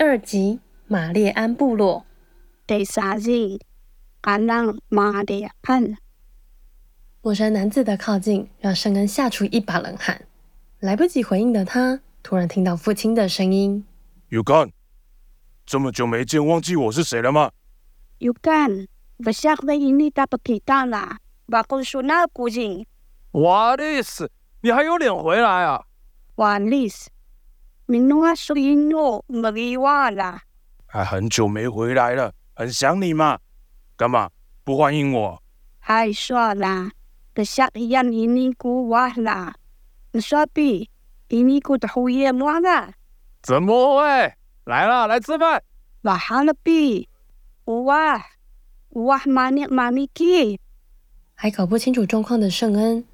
二集马列安部落第三日，赶让马列安。陌生男子的靠近让圣恩吓出一把冷汗，来不及回应的他突然听到父亲的声音。 You gone？这么久没见，忘记我是谁了吗？ You can. Besarnya ini dapat kita lah. Bakul suna kucing. 瓦利斯，你还有脸回来啊？ Walis. Minua suino meriwala. 还哎很久没回来了，很想你嘛。干嘛不欢迎我？ Hai suara. Kesaktian ini ku wahla. Nasabi. Ini ku tahuye muala. 怎么会？来了，来吃饭。 Wahalabi. Wah. Wah manik maniki. 还搞不清楚状况的圣恩，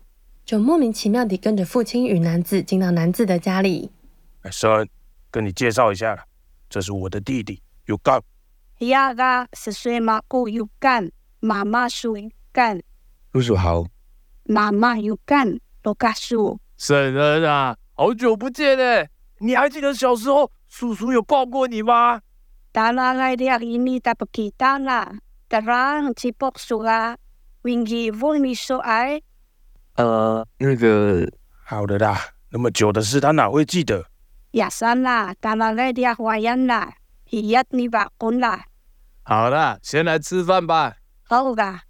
就莫名其妙地跟着父亲与男子进到男子的家里。哎，生，跟你介绍一下啦，这是我的弟弟 You gone。 Yaga sesuai maku yukan. Mama suikan. 叔叔好， Mama yukan. Lokasu. 沈恩啊，好久不见呢，你还记得小时候叔叔有抱过你吗？ Dalalai dia ini dapat kita lah. Terang cipok sura. Wingi vulni soai. 呃，那个好的啦，那么久的事他哪会记得？ Yasan lah. Dalalai dia wayan lah. Hiyat ni bakun lah. 好了，先来吃饭吧。 Kau lah.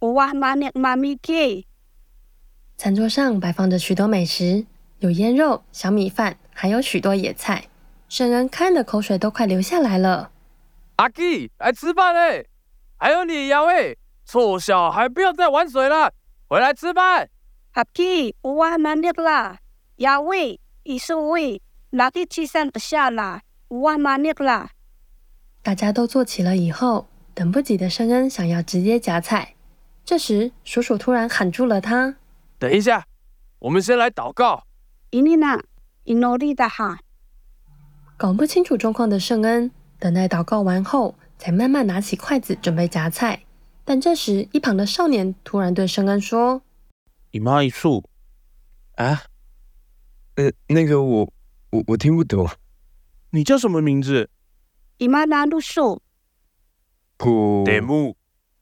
Uwah manik mami ki. 餐桌上摆放着许多美食，有腌肉、小米饭，还有许多野菜。圣恩看的口水都快流下来了。阿基，来吃饭嘞！还有你，杨卫，臭小孩，不要再玩水了，回来吃饭。 Aki uwah manik lah. Ya Yawi. Isui. Laki cisan besar lah. Uwah manik lah. 大家都坐起了以后，等不及的圣恩想要直接夹菜，这时叔叔突然喊住了他。等一下，我们先来祷告。 Ini nak. Inori dah ha. 搞不清楚状况的圣恩，等待祷告完后，才慢慢拿起筷子准备夹菜。但这时，一旁的少年突然对圣恩说你妈一束，啊，呃，那个我我我听不懂，你叫什么名字？ Imana lusu. 古德木，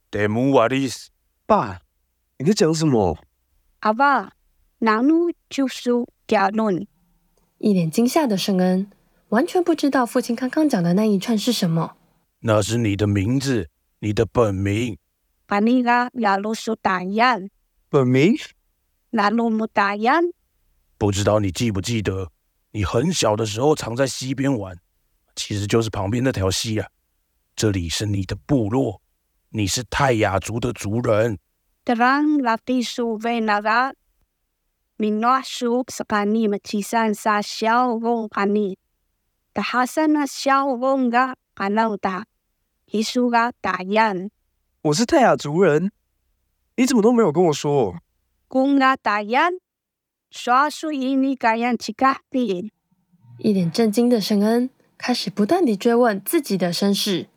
德木瓦利斯。爸，你在讲什么？ Ava. Nanu jusu kianun.：“ 一脸惊吓的圣恩，完全不知道父亲刚刚讲的那一串是什么。那是你的名字，你的本名。 Paniga lalu sutayan, 本名？ lalu mutayan, 不知道你记不记得，你很小的时候常在溪边玩，其实就是旁边那条溪啊。这里是你的部落，你是泰雅族的族人。 terang lapisu venaga. Minosu sekani macisan sa xiao wong kani. Tahasana xiao wong ga kanau ta. Hisuga tayan, 我是泰雅族人，你怎么都没有跟我说？哦 kunga tayan. Suasu ini kayan cikah ti. 一脸震惊的圣恩开始不断地追问自己的身世。